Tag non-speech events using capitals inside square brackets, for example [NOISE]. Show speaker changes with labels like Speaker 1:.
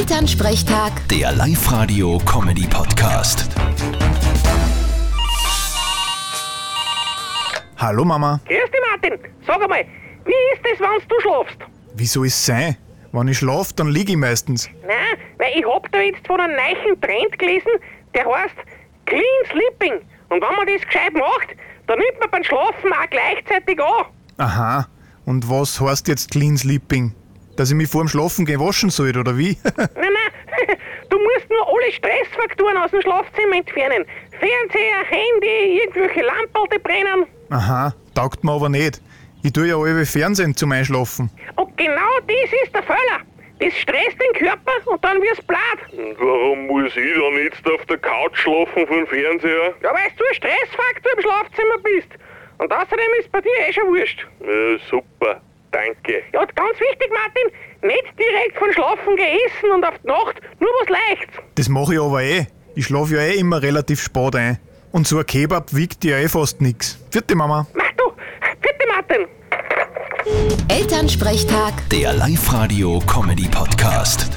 Speaker 1: Elternsprechtag,
Speaker 2: Der Live-Radio-Comedy-Podcast.
Speaker 3: Hallo Mama,
Speaker 4: Grüß dich, Martin. Sag einmal, wie ist das, wenn du schlafst?
Speaker 3: wie soll es sein? Wenn ich schlafe, dann liege ich meistens.
Speaker 4: Nein, weil ich hab da jetzt von einem neuen Trend gelesen, der heißt Clean Sleeping. Und wenn man das gescheit macht, dann nimmt man beim Schlafen auch gleichzeitig an.
Speaker 3: Aha, und was heißt jetzt Clean Sleeping? Dass ich mich vorm Schlafen gehen waschen soll, oder wie? [LAUGHS]
Speaker 4: Nein, nein, [LAUGHS] du musst nur alle Stressfaktoren aus dem Schlafzimmer entfernen. Fernseher, Handy, irgendwelche Lampen, die brennen.
Speaker 3: Aha, taugt mir aber nicht. Ich tue ja alle Fernsehen zum Einschlafen.
Speaker 4: Und genau das ist der Fehler. Das stresst den Körper und dann wirst blatt.
Speaker 5: Und warum muss ich dann jetzt auf der Couch schlafen vom Fernseher?
Speaker 4: Ja, weil du ein Stressfaktor im Schlafzimmer bist. Und außerdem ist bei dir eh schon wurscht.
Speaker 5: Äh, super, danke.
Speaker 4: Ja, und ganz wichtig, Martin, nicht direkt von Schlafen geessen und auf die Nacht, nur was Leichtes.
Speaker 3: Das mache ich aber eh. Ich schlafe ja eh immer relativ spät ein. Und so ein Kebab wiegt ja eh fast nix. Vierte Mama.
Speaker 4: Mach du, bitte, Martin.
Speaker 1: Elternsprechtag.
Speaker 2: Der Live-Radio-Comedy-Podcast.